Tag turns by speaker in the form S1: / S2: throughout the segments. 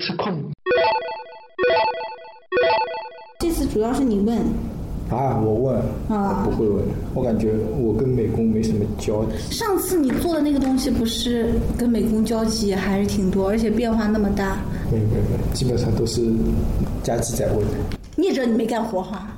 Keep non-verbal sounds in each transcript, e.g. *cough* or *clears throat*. S1: 吃控。
S2: 这次主要是你问，
S3: 啊，我问，
S2: 啊
S3: 我不会问，我感觉我跟美工没什么交集。
S2: 上次你做的那个东西不是跟美工交集还是挺多，而且变化那么大，
S3: 没有没有没有，基本上都是佳琪在问。
S2: 你也知道你没干活哈。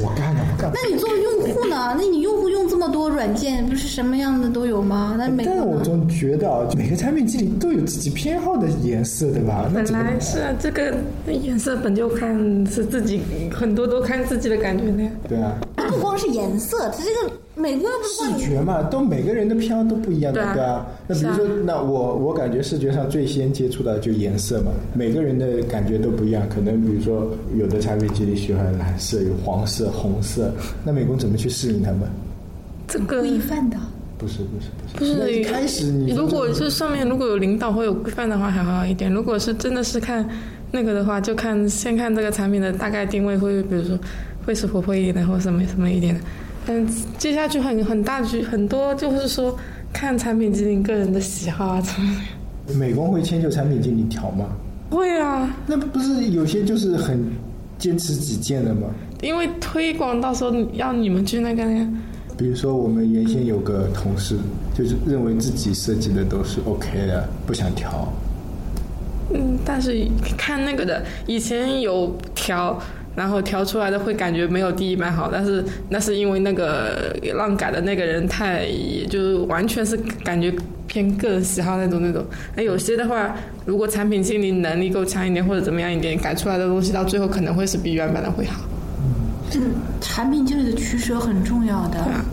S3: 我干了，我干了。
S2: 那你作为用户呢？那你用户用这么多软件，不是什么样的都有吗？那美
S3: 但
S2: 工
S3: 我
S2: 呢
S3: 总觉得啊，每个产品经理都有自己偏好的颜色，对吧？那
S4: 本
S3: 怎么
S4: 来是啊，这个颜色本就看是自己，很多都看自己的感觉的呀。
S3: 对啊，
S2: 不光是颜色，它这个美工又不是光
S3: 视觉嘛，都每个人的偏好都不一样的，
S4: 对啊
S3: 对啊。那比如说，那我我感觉视觉上最先接触到就颜色嘛，每个人的感觉都不一样。可能比如说，有的产品经理喜欢蓝色，有黄色、红色，那美工怎么去适应他们？
S4: 这个
S2: 规范的。
S3: 不是不是不是，
S4: 不是
S3: 那一开始你
S4: 如果是上面如果有领导或有规范的话还好一点，如果是真的是看那个的话，就看先看这个产品的大概定位会，比如说会是活泼一点的，或什么什么一点的。但接下去很很大局很多就是说看产品经理个人的喜好啊，怎么
S3: 美工会迁就产品经理调吗？
S4: 会啊，
S3: 那不是有些就是很坚持己见的吗？
S4: 因为推广到时候你要你们去那个呢，
S3: 比如说，我们原先有个同事，就是认为自己设计的都是 OK 的，不想调。
S4: 嗯，但是看那个的，以前有调，然后调出来的会感觉没有第一版好，但是那是因为那个让改的那个人太，就是完全是感觉偏个人喜好那种那种。那有些的话，如果产品经理能力够强一点或者怎么样一点，改出来的东西到最后可能会是比原版的会好。
S2: 产品经理的取舍很重要的，
S4: 啊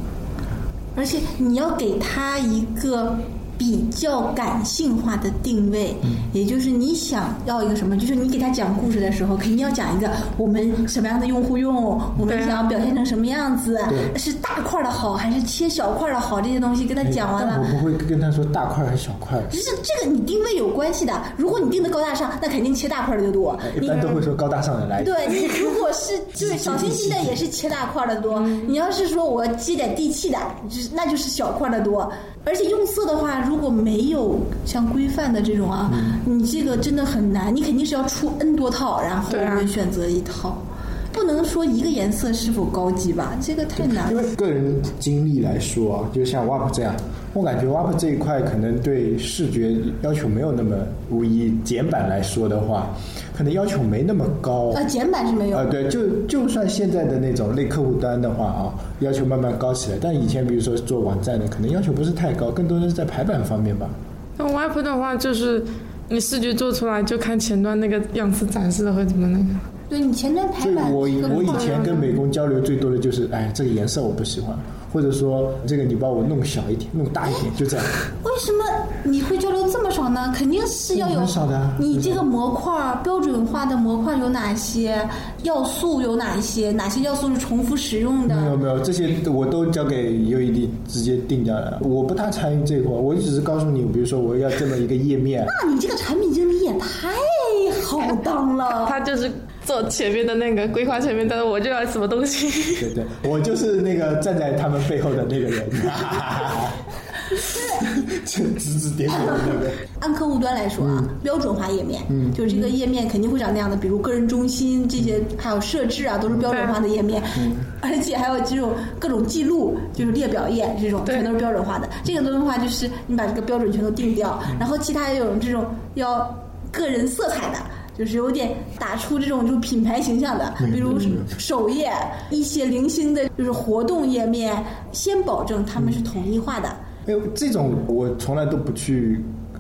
S2: 而且你要给他一个比较感性化的定位，
S3: 嗯
S2: 也就是你想要一个什么，就是你给他讲故事的时候，肯定要讲一个我们什么样的用户用，我们
S4: 对啊
S2: 想要表现成什么样子，
S3: 对
S2: 是大块儿的好还是切小块儿的好，这些东西跟他讲完
S3: 哎但
S2: 了
S3: 我。不会跟他说大块还是小块，
S2: 只是这个你定位有关系的，如果你定的高大上，那肯定切大块儿的多。
S3: 一
S2: 你
S3: 般都哎会说高大上的来。 *laughs*
S2: 对你如果是就是小清新的，也是切大块儿的多。
S3: 嗯
S2: 你要是说我接点地气的，就是那就是小块儿的多。而且用色的话，如果没有像规范的这种啊，
S3: 嗯
S2: 你这个真的很难。你肯定是要出 N 多套，然后
S4: 对啊
S2: 我们选择一套，不能说一个颜色是否高级吧，这个太难
S3: 因
S2: 了。
S3: 为个人经历来说啊，就像 WAP 这样，我感觉 WAP 这一块可能对视觉要求没有那么，无疑简版来说的话，可能要求没那么高。
S2: 啊，简版是没有
S3: 啊，，对，就就算现在的那种类客户端的话啊，要求慢慢高起来，但以前比如说做网站的，可能要求不是太高，更多的是在排版方面吧。
S4: 那 WAP 的话就是。你视觉做出来就看前端那个样子展示的会怎么那个，
S2: 对你前端排
S3: 所以
S2: 版啊
S3: 我
S2: 是
S3: 以
S2: 个
S3: 我以
S2: 框
S3: 前跟美工交流最多的就是，哎，这个颜色我不喜欢，或者说这个你帮我弄小一点，弄大一点，就
S2: *laughs*
S3: 这样。
S2: 为什么你会交流这么少呢？肯定是要有
S3: 很少的啊
S2: 你这个模块儿标准化的模块有哪些？要素有哪些？哪些要素是重复使用
S3: 没有
S2: 的？
S3: 没有，这些我都交给 UED 直接定下来了，我不大参与这一块，我只是告诉你，比如说我要这么一个页面，
S2: 那你这个产品经理也太好当了。
S4: 他就是做前面的那个规划前面，但是我就要什么东西。
S3: 对对，我就是那个站在他们背后的那个人，就指指点点的那个。
S2: 按客户端来说啊，
S3: 嗯
S2: 标准化页面，就是这个页面肯定会长那样的，比如个人中心这些，还有设置啊，都是标准化的页面，
S3: 嗯
S2: 而且还有这种各种记录，就是列表页这种，
S4: 对
S2: 全都是标准化的。这个的话就是你把这个标准全都定掉，
S3: 嗯
S2: 然后其他也有这种要个人色彩的。就是有点打出这种就是品牌形象的，
S3: 嗯
S2: 比如首页一些零星的，就是活动页面，先保证他们是统一化的，
S3: 哎，这种我从来都不去，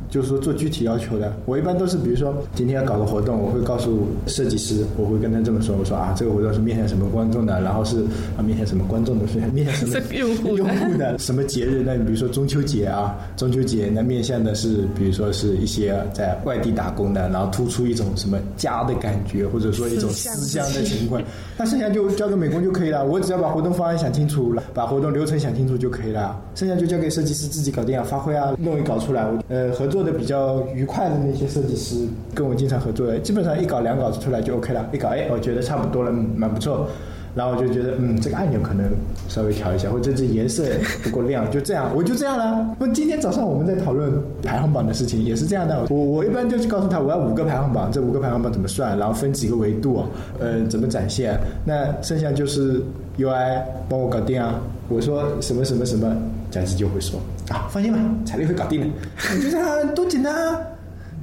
S3: 就是说做具体要求的。我一般都是，比如说今天要搞个活动，我会告诉设计师，我会跟他这么说，我说啊，这个活动是面向什么观众的，然后是啊面向什么观众的，是面
S4: *laughs*
S3: 向什么
S4: 是用户的
S3: 用户的什么节日？那你比如说中秋节啊，中秋节那面向的是，比如说是一些在外地打工的，然后突出一种什么家的感觉，或者说一种思乡的情况。那剩下就交给美工就可以了，我只要把活动方案想清楚了，把活动流程想清楚就可以了，剩下就交给设计师自己搞定啊，发挥啊，弄一搞出来。我呃，合作的比较愉快的那些设计师，跟我经常合作的，基本上一稿两稿出来就 OK 了，一稿哎，我觉得差不多了，嗯蛮不错。然后我就觉得，嗯，这个按钮可能稍微调一下，或者这颜色不够亮，就这样， *laughs* 我就这样了。那今天早上我们在讨论排行榜的事情，也是这样的。我我一般就是告诉他，我要五个排行榜，这五个排行榜怎么算，然后分几个维度，呃，怎么展现。那剩下就是 UI 帮我搞定啊。我说什么什么什么，展示就会说啊，放心吧，彩力会搞定的。 *laughs* 你就这样，多简单啊，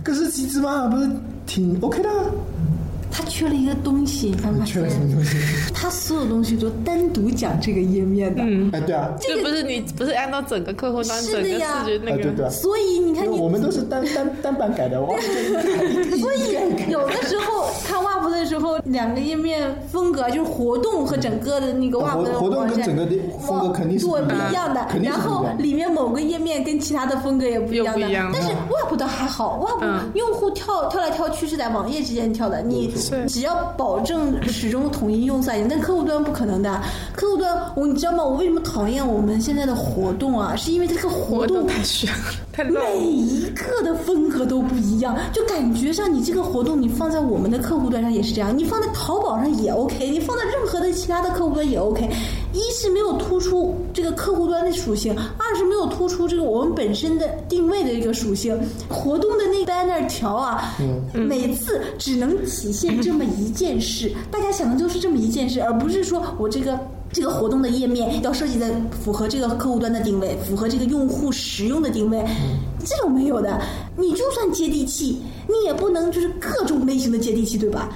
S3: 各司其职嘛，不是挺 OK 的啊。
S2: 它缺了一个东西，你发现吗
S3: 嗯缺了什么东西？
S2: 它所有东西都单独讲这个页面的，
S3: 哎，对啊，
S4: 就不是你不是按照整个客户端
S2: 是
S4: 整
S2: 的
S4: 个
S2: 呀
S4: 视觉那
S3: 啊，
S4: 个，
S3: 对对啊。
S2: 所以你
S3: 因
S2: 看
S3: 为
S2: 你
S3: 我们都是单单单版改的，哇，
S2: *laughs* 所以有的时候
S3: *laughs*
S2: 看 WAP 的时候，两个页面风格就是活动和整个的那个 WAP 的
S3: 活活动
S2: 网
S3: 跟
S2: 站
S3: 整个的风格肯定是
S2: 对
S3: 不
S2: 不
S3: 一样
S2: 一样的
S3: 肯。定
S2: 然
S3: 是不一样
S2: 后里面某个页面跟其他的风格也不一样的
S4: 又不一样。
S2: 但是 WAP 倒还好
S4: 嗯
S2: ，WAP 用户跳跳来跳去是在网页之间跳的，你
S4: 是
S2: 只要保证始终统一用算行，但客户端不可能的。客户端，我你知道吗？我为什么讨厌我们现在的活动啊？是因为这个活
S4: 活
S2: 动
S4: 动太虚了，太
S2: 每
S4: 乱。
S2: 一个的风格都不一样，就感觉上你这个活动，你放在我们的客户端上也是这样，你放在淘宝上也 OK，你放在任何的其他的客户端也 OK。一是没有突出这个客户端的属性，二是没有突出这个我们本身的定位的一个属性。活动的那 banner 条啊，每次只能体现这么一件事，大家想的就是这么一件事，而不是说我这个。这个活动的页面要设计的符合这个客户端的定位，符合这个用户使用的定位，
S4: 嗯
S2: 这种没有的。你就算接地气，你也不能就是各种类型的接地气，对吧？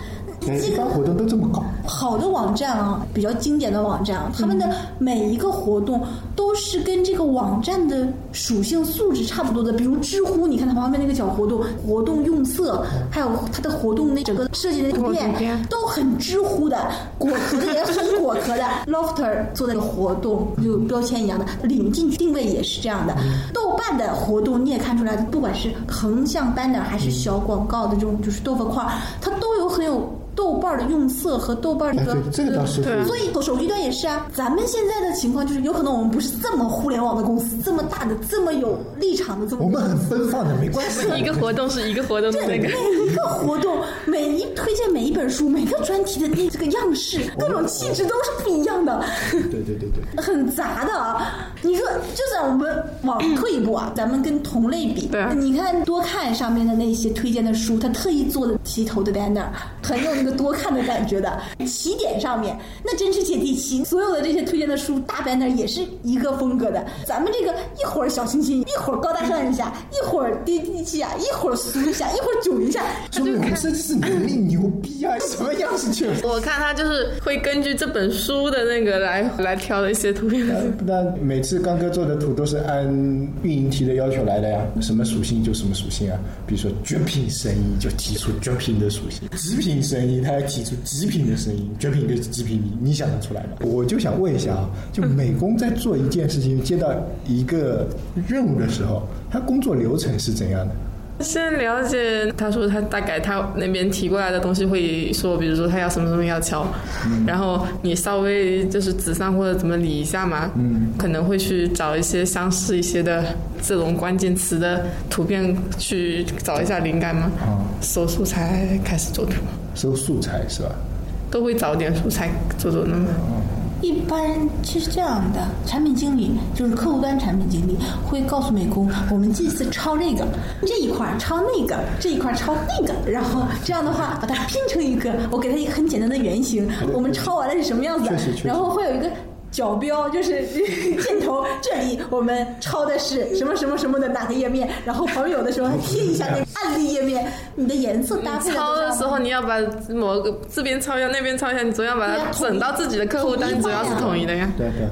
S3: 哎
S2: 这
S3: 一
S2: 个
S3: 般活动都这么搞。
S2: 好的网站啊，比较经典的网站
S4: 嗯
S2: 啊，他们的每一个活动都是跟这个网站的属性素质差不多的。比如知乎，你看它旁边那个小活动，活动用色，还有它的活动那整个设计的图
S4: 嗯图片
S2: 片都很知乎的，果壳的也很果
S3: *laughs*
S2: 壳的。Lofter 做的活动就标签一样的，领进去定位也是这样的。
S3: 嗯
S2: 豆瓣的活动你也看出来，不管是横向 banner 还是小广告的这种就是豆腐块儿，它都有很有。豆瓣儿的用色和豆瓣儿的
S3: 哎对这个倒是
S4: 对
S2: 所以手机端也是啊。咱们现在的情况就是，有可能我们不是这么互联网的公司，这么大的、这么有立场的这么
S3: 我们很奔放的，没关
S4: *laughs*
S3: 系。
S4: 一个活动是一个活动的那
S2: 对
S4: 个
S2: 每，一个活动，每一推荐每一本书，每个专题的那这个样式，各种气质都是不一样的。
S3: 对对对对，
S2: 很杂的啊！你说，就算我们往退一步啊，咱们跟同类比
S4: 对，
S2: 你看多看上面的那些推荐的书，他特意做的齐头的 banner，很有那个多看的感觉的。起点上面那真是接地气，所有的这些推荐的书大 banner 也是一个风格的。咱们这个一会儿小清新，一会儿高大上一下，一会儿接地气啊，一会儿俗一下，一会儿囧一下，
S3: 说明我们设计师能力牛逼啊！什么样式去？
S4: 我看他就是会根据这本书的那个来来挑的一些图片。
S3: 那每次刚哥做的图都是按运营提的要求来的呀，什么属性就什么属性啊。比如说绝品生意就提出绝品的属性，极品生意他要提出极品的声音，绝品跟极品，你想得出来吗？我就想问一下啊，就美工在做一件事情、接到一个任务的时候，他工作流程是怎样的？
S4: 先了解，他说他大概他那边提过来的东西会说，比如说他要什么东西要敲，然后你稍微就是纸上或者怎么理一下嘛，可能会去找一些相似一些的这种关键词的图片去找一下灵感嘛，
S3: 哦
S4: 手素材开始做图，
S3: 收素材是吧？
S4: 都会找点素材做做那么。
S2: 一般是这样的，产品经理就是客户端产品经理会告诉美工，我们这次抄这个，这一块儿抄那个，这一块儿抄那个，然后这样的话把它拼成一个，我给它一个很简单的原型，我们抄完了是什么样子
S3: 嗯确实确实，
S2: 然后会有一个。角标就是箭头，这里我们抄的是什么什么什么的哪个页面，然后旁边有的时候还贴一下那个案例页面，你的颜色搭配
S4: 抄的时候，
S2: 你
S4: 你要把某个这边抄一下，那边抄一下，你总要把它整到自己的客户
S2: 统
S4: 端，
S2: 一化
S4: 主要是
S2: 呀
S4: 统一的呀。
S3: 对对，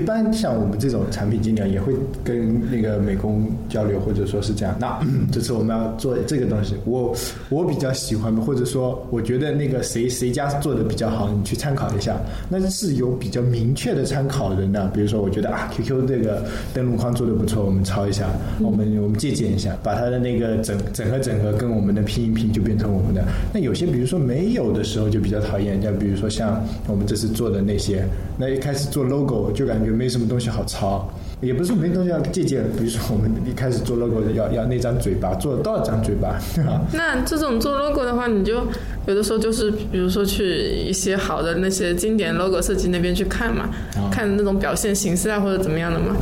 S3: 一般像我们这种产品经理也会跟那个美工交流，或者说是这样。那 *clears throat* 这次我们要做这个东西，我我比较喜欢，或者说我觉得那个谁谁家做的比较好，你去参考一下。那是有比较明确的参考的呢，比如说我觉得啊，QQ 这个登录框做的不错，我们抄一下，我们我们借鉴一下，把它的那个整整合整合跟我们的拼一拼，就变成我们的。那有些比如说没有的时候就比较讨厌，像比如说像我们这次做的那些，那一开始做 logo 就感觉没什么东西好抄。也不是没东西要借鉴。比如说我们一开始做 logo 要要那张嘴巴，做到张嘴巴，对吧？
S4: 那这种做 logo 的话，你就有的时候就是，比如说去一些好的那些经典 logo 设计那边去看嘛，看那种表现形式啊或者怎么样的嘛，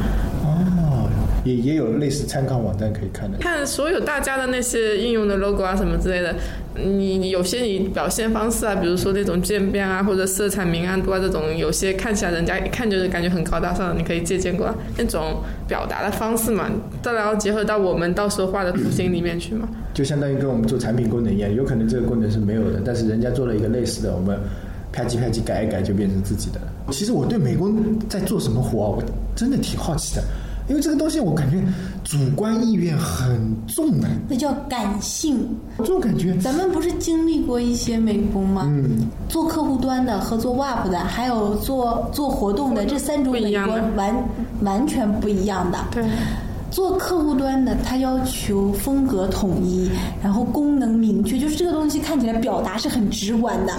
S3: 哦，也也有类似参考网站可以看的。
S4: 看所有大家的那些应用的 logo 啊什么之类的，你你有些你表现方式啊，比如说那种渐变啊或者色彩明暗度啊这种，有些看起来人家一看就是感觉很高大上的，你可以借鉴过来那种表达的方式嘛，再然后结合到我们到时候画的图形里面去嘛。
S3: 就相当于跟我们做产品功能一样，有可能这个功能是没有的，但是人家做了一个类似的，我们啪叽啪叽改一改就变成自己的了。其实我对美工在做什么活啊，我真的挺好奇的，因为这个东西我感觉主观意愿很重的，
S2: 那叫感性。
S3: 我这种感觉，
S2: 咱们不是经历过一些美工吗？
S3: 嗯，
S2: 做客户端的和做 WAP 的，还有做做活动的这三种
S4: 不一
S2: 美
S4: 样的
S2: 工完完全不一样的。
S4: 对，
S2: 做客户端的，它要求风格统一，然后功能明确，就是这个东西看起来表达是很直观的。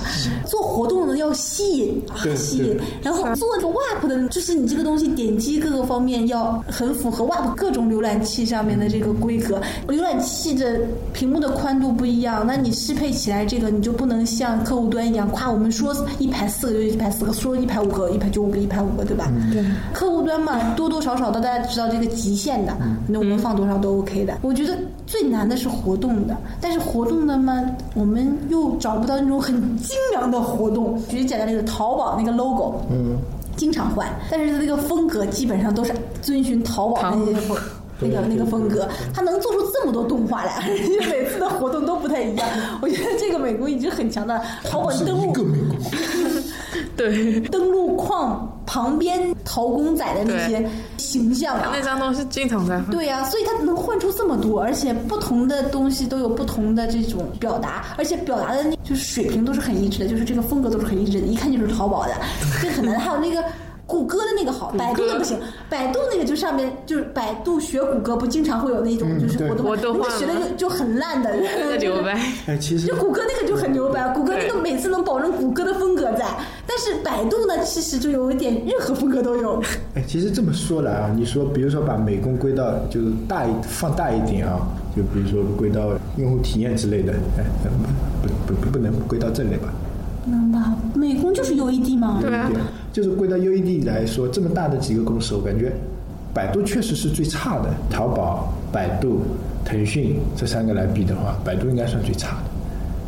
S2: 做活动的要吸引啊
S3: 对，
S2: 吸
S3: 对
S2: 引，然后做这个 WAP 的，就是你这个东西点击各个方面要很符合 WAP 各种浏览器上面的这个规格。浏览器的屏幕的宽度不一样，那你适配起来这个，你就不能像客户端一样，夸我们说一排四个就一排四个，说一排五个一排就五个，一排五个，对吧？
S3: 嗯
S2: 对。客户端嘛，多多少少的大家知道这个极限的，
S3: 嗯
S2: 那我们放多少都 OK 的。我觉得最难的是活动的，但是活动的嘛，我们又找不到那种很精良的活动。举简单例子，淘宝那个 logo，
S3: 嗯，
S2: 经常换，但是这个风格基本上都是遵循淘宝那
S3: *laughs*
S2: 些风。那个那个风格，他能做出这么多动画来， *laughs* 而且每次的活动都不太一样。我觉得这个美工已经很强大了。淘宝
S3: 是
S2: 登
S3: 一
S2: 录
S3: 个美工，
S4: 对，
S2: 登录框旁边陶公仔的那些形象啊
S4: 那，张东西经常在换。
S2: 对呀、所以它能换出这么多，而且不同的东西都有不同的这种表达，而且表达的那就是水平都是很一致的，就是这个风格都是很一致的，一看就是淘宝的，这很难。还有那个。 *laughs* 谷歌的那个好，
S4: 歌
S2: 百度的不行。百度那个就上面就是百度学谷歌，不经常会有那种就是
S3: 对
S2: 嗯活动吗，
S4: 我都
S2: 那个
S4: 换
S2: 学的
S4: 了
S2: 就就很 *laughs* 烂的，
S4: 那
S2: 就
S4: 留
S2: 是
S4: 呗。
S3: 哎，其实
S2: 就谷歌那个就很牛掰，谷歌那个
S4: 对
S2: 每次能保证谷歌的风格在，但是百度呢，其实就有一点任何风格都有。
S3: 哎，其实这么说来啊，你说比如说把美工归到就是大一放大一点啊，就比如说归到用户体验之类的，哎，不不不不能归到这里吧。
S2: 能吧？美工就是 UED 嘛。
S4: 对啊
S3: 对，就是归到 UED 来说，这么大的几个公司，我感觉百度确实是最差的。淘宝、百度、腾讯这三个来比的话，百度应该算最差的，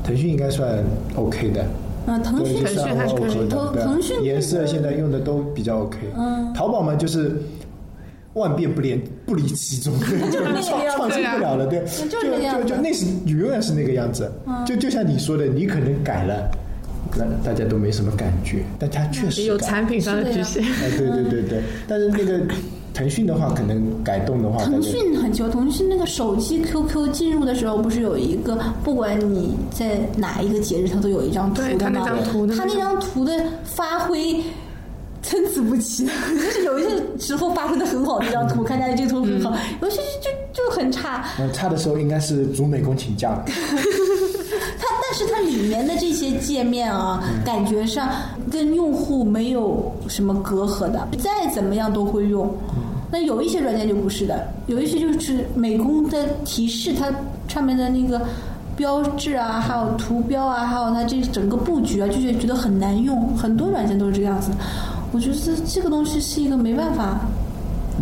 S3: 腾讯应该算 OK 的。
S2: 啊，腾讯
S3: 对算
S4: 腾讯还
S3: OK
S4: 可
S3: 的
S4: 以
S2: 腾
S3: 对啊
S2: 腾讯
S3: 颜色现在用的都比较 OK。
S2: 嗯
S3: 淘宝嘛，就是万变不离不离其宗，
S2: *laughs*
S3: 就
S2: 那个
S3: 创
S2: 样子
S3: 创新不了了，对，
S2: 就是
S3: 就
S2: 那个样
S3: 就
S2: 子嗯
S3: 就那是永远是那个样子。就就像你说的，你可能改了，那大家都没什么感觉，但它确实
S4: 有
S3: 改
S4: 产品上的局限。
S3: 哎，对对对对，但是那个腾讯的话，可能改动的话，
S2: 腾
S3: 大概
S2: 讯很久，腾讯那个手机 QQ 进入的时候，不是有一个，不管你在哪一个节日，它都有一张图
S4: 对
S2: 的
S4: 它
S2: 吗？
S4: 那张图的
S2: 它那张图的发挥参差不
S4: *laughs*
S2: 齐，就是有一些时候发挥的很好，这张图看起来这个图很
S4: 嗯
S2: 好，有些就就就很差。
S3: 嗯，差的时候应该是主美工请假了。
S2: 它但是它里面的这些界面啊，感觉上跟用户没有什么隔阂的，再怎么样都会用。那有一些软件就不是的，有一些就是美工的提示，它上面的那个标志啊，还有图标啊，还有它这整个布局啊，就觉得觉得很难用。很多软件都是这个样子。我觉得这这个东西是一个没办法，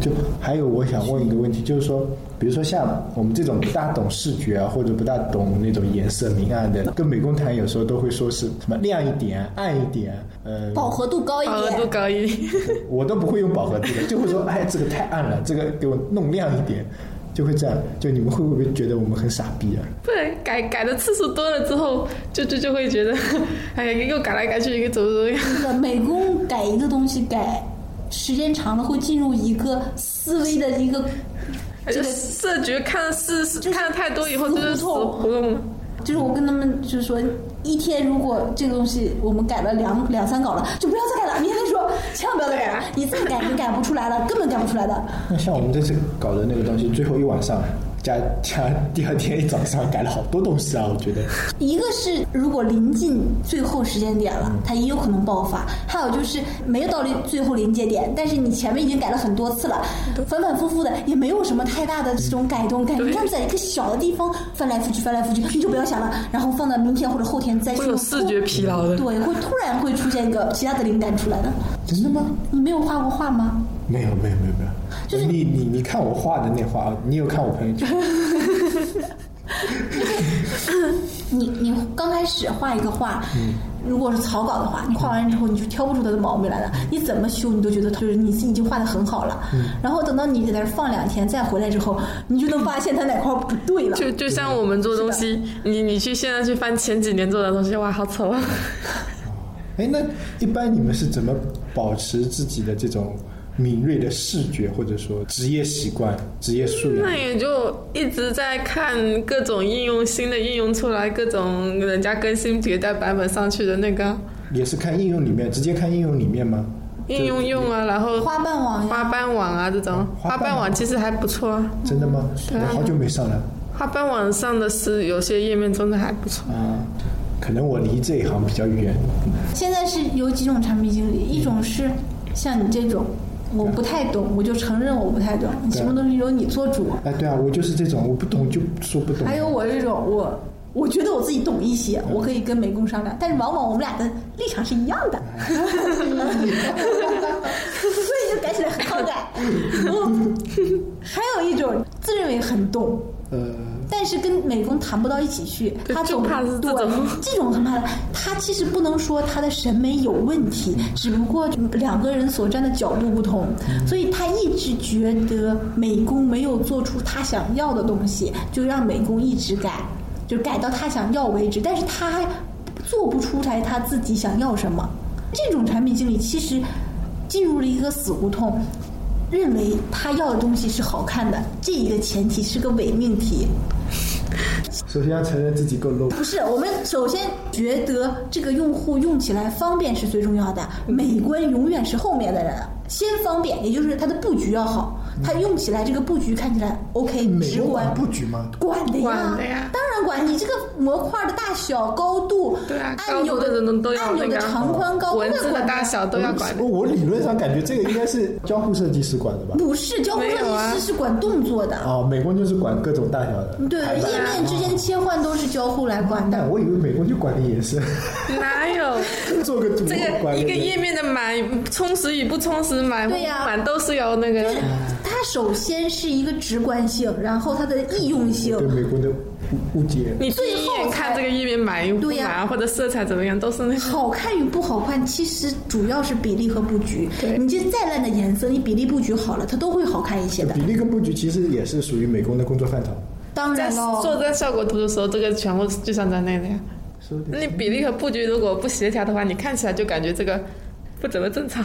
S3: 就还有我想问一个问题，就是说，比如说像我们这种不大懂视觉啊，或者不大懂那种颜色明暗的，跟美工谈有时候都会说是什么亮一点、暗一点，呃，
S2: 饱和度高一
S4: 饱和
S2: 点
S4: 度，高一点，
S3: 我都不会用饱和度的，就会说哎，这个太暗了，这个给我弄亮一点，就会这样。就你们会不会觉得我们很傻
S2: *laughs*
S3: 逼啊？
S4: *laughs* 不然改改的次数多了之后，就就就会觉得， *laughs* 哎呀，又改来改去，一个走走样。
S2: 那个美工改一个东西改时间长了，会进入一个思维的一个，这个
S4: 视觉看视看的太多以后，
S2: 死
S4: 就是死
S2: 胡同
S4: 胡同了。
S2: 就是我跟他们就是说，一天如果这个东西我们改了两两三稿了，就不要再改了。你跟他说，千万不要再
S4: 啊
S2: 改了，你再改你改不出来了，根本改不出来的。
S3: 那像我们这次搞的那个东西，最后一晚上加加第二天一早上改了好多东西啊，我觉得。
S2: 一个是如果临近最后时间点了，
S4: 嗯
S2: 它也有可能爆发；还有就是没有到临最后临界点，但是你前面已经改了很多次了，反反复复的也没有什么太大的这种改动感。
S4: 对
S2: 你看，在一个小的地方翻来覆去，翻来覆去，你就不要想了，然后放到明天或者后天再去
S4: 会有视觉疲劳的。
S2: 对，会突然会出现一个其他的灵感出来的。
S3: 真的吗？
S2: 你没有画过画吗？
S3: 没有没有没有没有，
S2: 就是
S3: 你你你看我画的那画，你有看我朋友圈？
S2: 你你刚开始画一个画，
S3: 嗯
S2: 如果是草稿的话，你画完之后你就挑不出它的毛病来了，
S3: 嗯
S2: 你怎么修你都觉得就是你已经画的很好了。然后等到你在那儿放两天再回来之后，你就能发现它哪块儿不对了。
S4: 就就像我们做东西，你你去现在去翻前几年做的东西，哇，好丑啊！
S3: 哎，那一般你们是怎么保持自己的这种敏锐的视觉，或者说职业习惯、职业素养
S4: *laughs* 那？也就一直在看各种应用新的应用出来，各种人家更新迭代版本上去的那个
S3: 也是看应用里面，直接看应用里面吗？
S4: 应用用啊，然后
S2: 花瓣网呀，
S4: 花瓣网啊这种，
S3: 花
S4: 花
S3: 瓣
S4: 瓣网其实还不错啊。
S3: 真的吗？
S4: 对
S3: 我
S4: 啊
S3: 好久没上了
S4: 花瓣网上的是有些页面真的还不错。
S3: 啊、可能我离这一行比较远。
S2: 现在是有几种产品经理，一种是像你这种。我不太懂，我就承认我不太懂，
S3: 对
S2: 什么东西由你做主。
S3: 哎，对啊，我就是这种，我不懂就说不懂。
S2: 还有我这种，我我觉得我自己懂一些，我可以跟美工商量，但是往往我们俩的立场是一样的， *laughs* 所以就改起来很好改。嗯还有一种自认为很懂，
S3: 呃，
S2: 但是跟美工谈不到一起去，
S4: 对
S2: 他
S4: 就
S2: 懂
S4: 怕是
S2: 对
S4: 这种
S2: 这种很怕的。他其实不能说他的审美有问题，
S4: 嗯
S2: 只不过两个人所站的角度不同，
S4: 嗯
S2: 所以他一直觉得美工没有做出他想要的东西，就让美工一直改，就改到他想要为止。但是他还做不出来他自己想要什么。这种产品经理其实进入了一个死胡同。认为他要的东西是好看的，这一个前提是个伪命题。
S3: 首先要承认自己够 low。
S2: 不是，我们首先觉得这个用户用起来方便是最重要的，
S4: 嗯
S2: 美观永远是后面的人，先方便，也就是它的布局要好，
S4: 嗯
S2: 它用起来这个布局看起来 OK，
S3: 美
S2: 直
S3: 国
S2: 观
S3: 管。布局吗？
S2: 管的呀，
S4: 管的呀
S2: 当然管你这个模块的大小、高度，
S4: 对啊
S2: 按钮的
S4: 高度的都要
S2: 按钮的
S4: 那个
S2: 长宽高，
S4: 文字
S2: 都
S4: 的
S2: 要管
S4: 大小都要管。
S3: 我我理论上感觉这个应该是交互设计师管的吧？
S2: 不是，交互设
S4: 没有啊
S2: 计师是管动作的，
S3: 哦，美工就是管各种大小的。
S2: 对，
S3: 排版
S2: 页面之间的切换都是交互来管
S4: 嗯
S2: 的
S3: 那。我以为美工就管个颜色，
S4: 哪有
S3: 做个图
S4: 这个
S3: 管
S4: 一个
S3: 颜色
S4: 页面的满充实与不充实，满
S2: 对呀
S4: 满都是有那个
S2: 就是它首先是一个直观性，然后它的易用性，
S3: 对美国的误误解。
S4: 你第一眼看这个页面满与不
S2: 对呀
S4: 满，或者色彩怎么样，都是那
S2: 好看与不好看，其实主要是比例和布局。
S4: 对
S2: 你这再烂的颜色，你比例布局好了，它都会好看一些的
S3: 比。例跟布局其实也是属于美工的工作范畴，
S2: 当
S4: 在
S2: 然
S4: 做
S2: 喽，
S4: 这个效果图的时候，这个全部计算在啊内的呀。
S3: 是不是
S4: 那你比例和布局如果不协调的话，你看起来就感觉这个不怎么正常。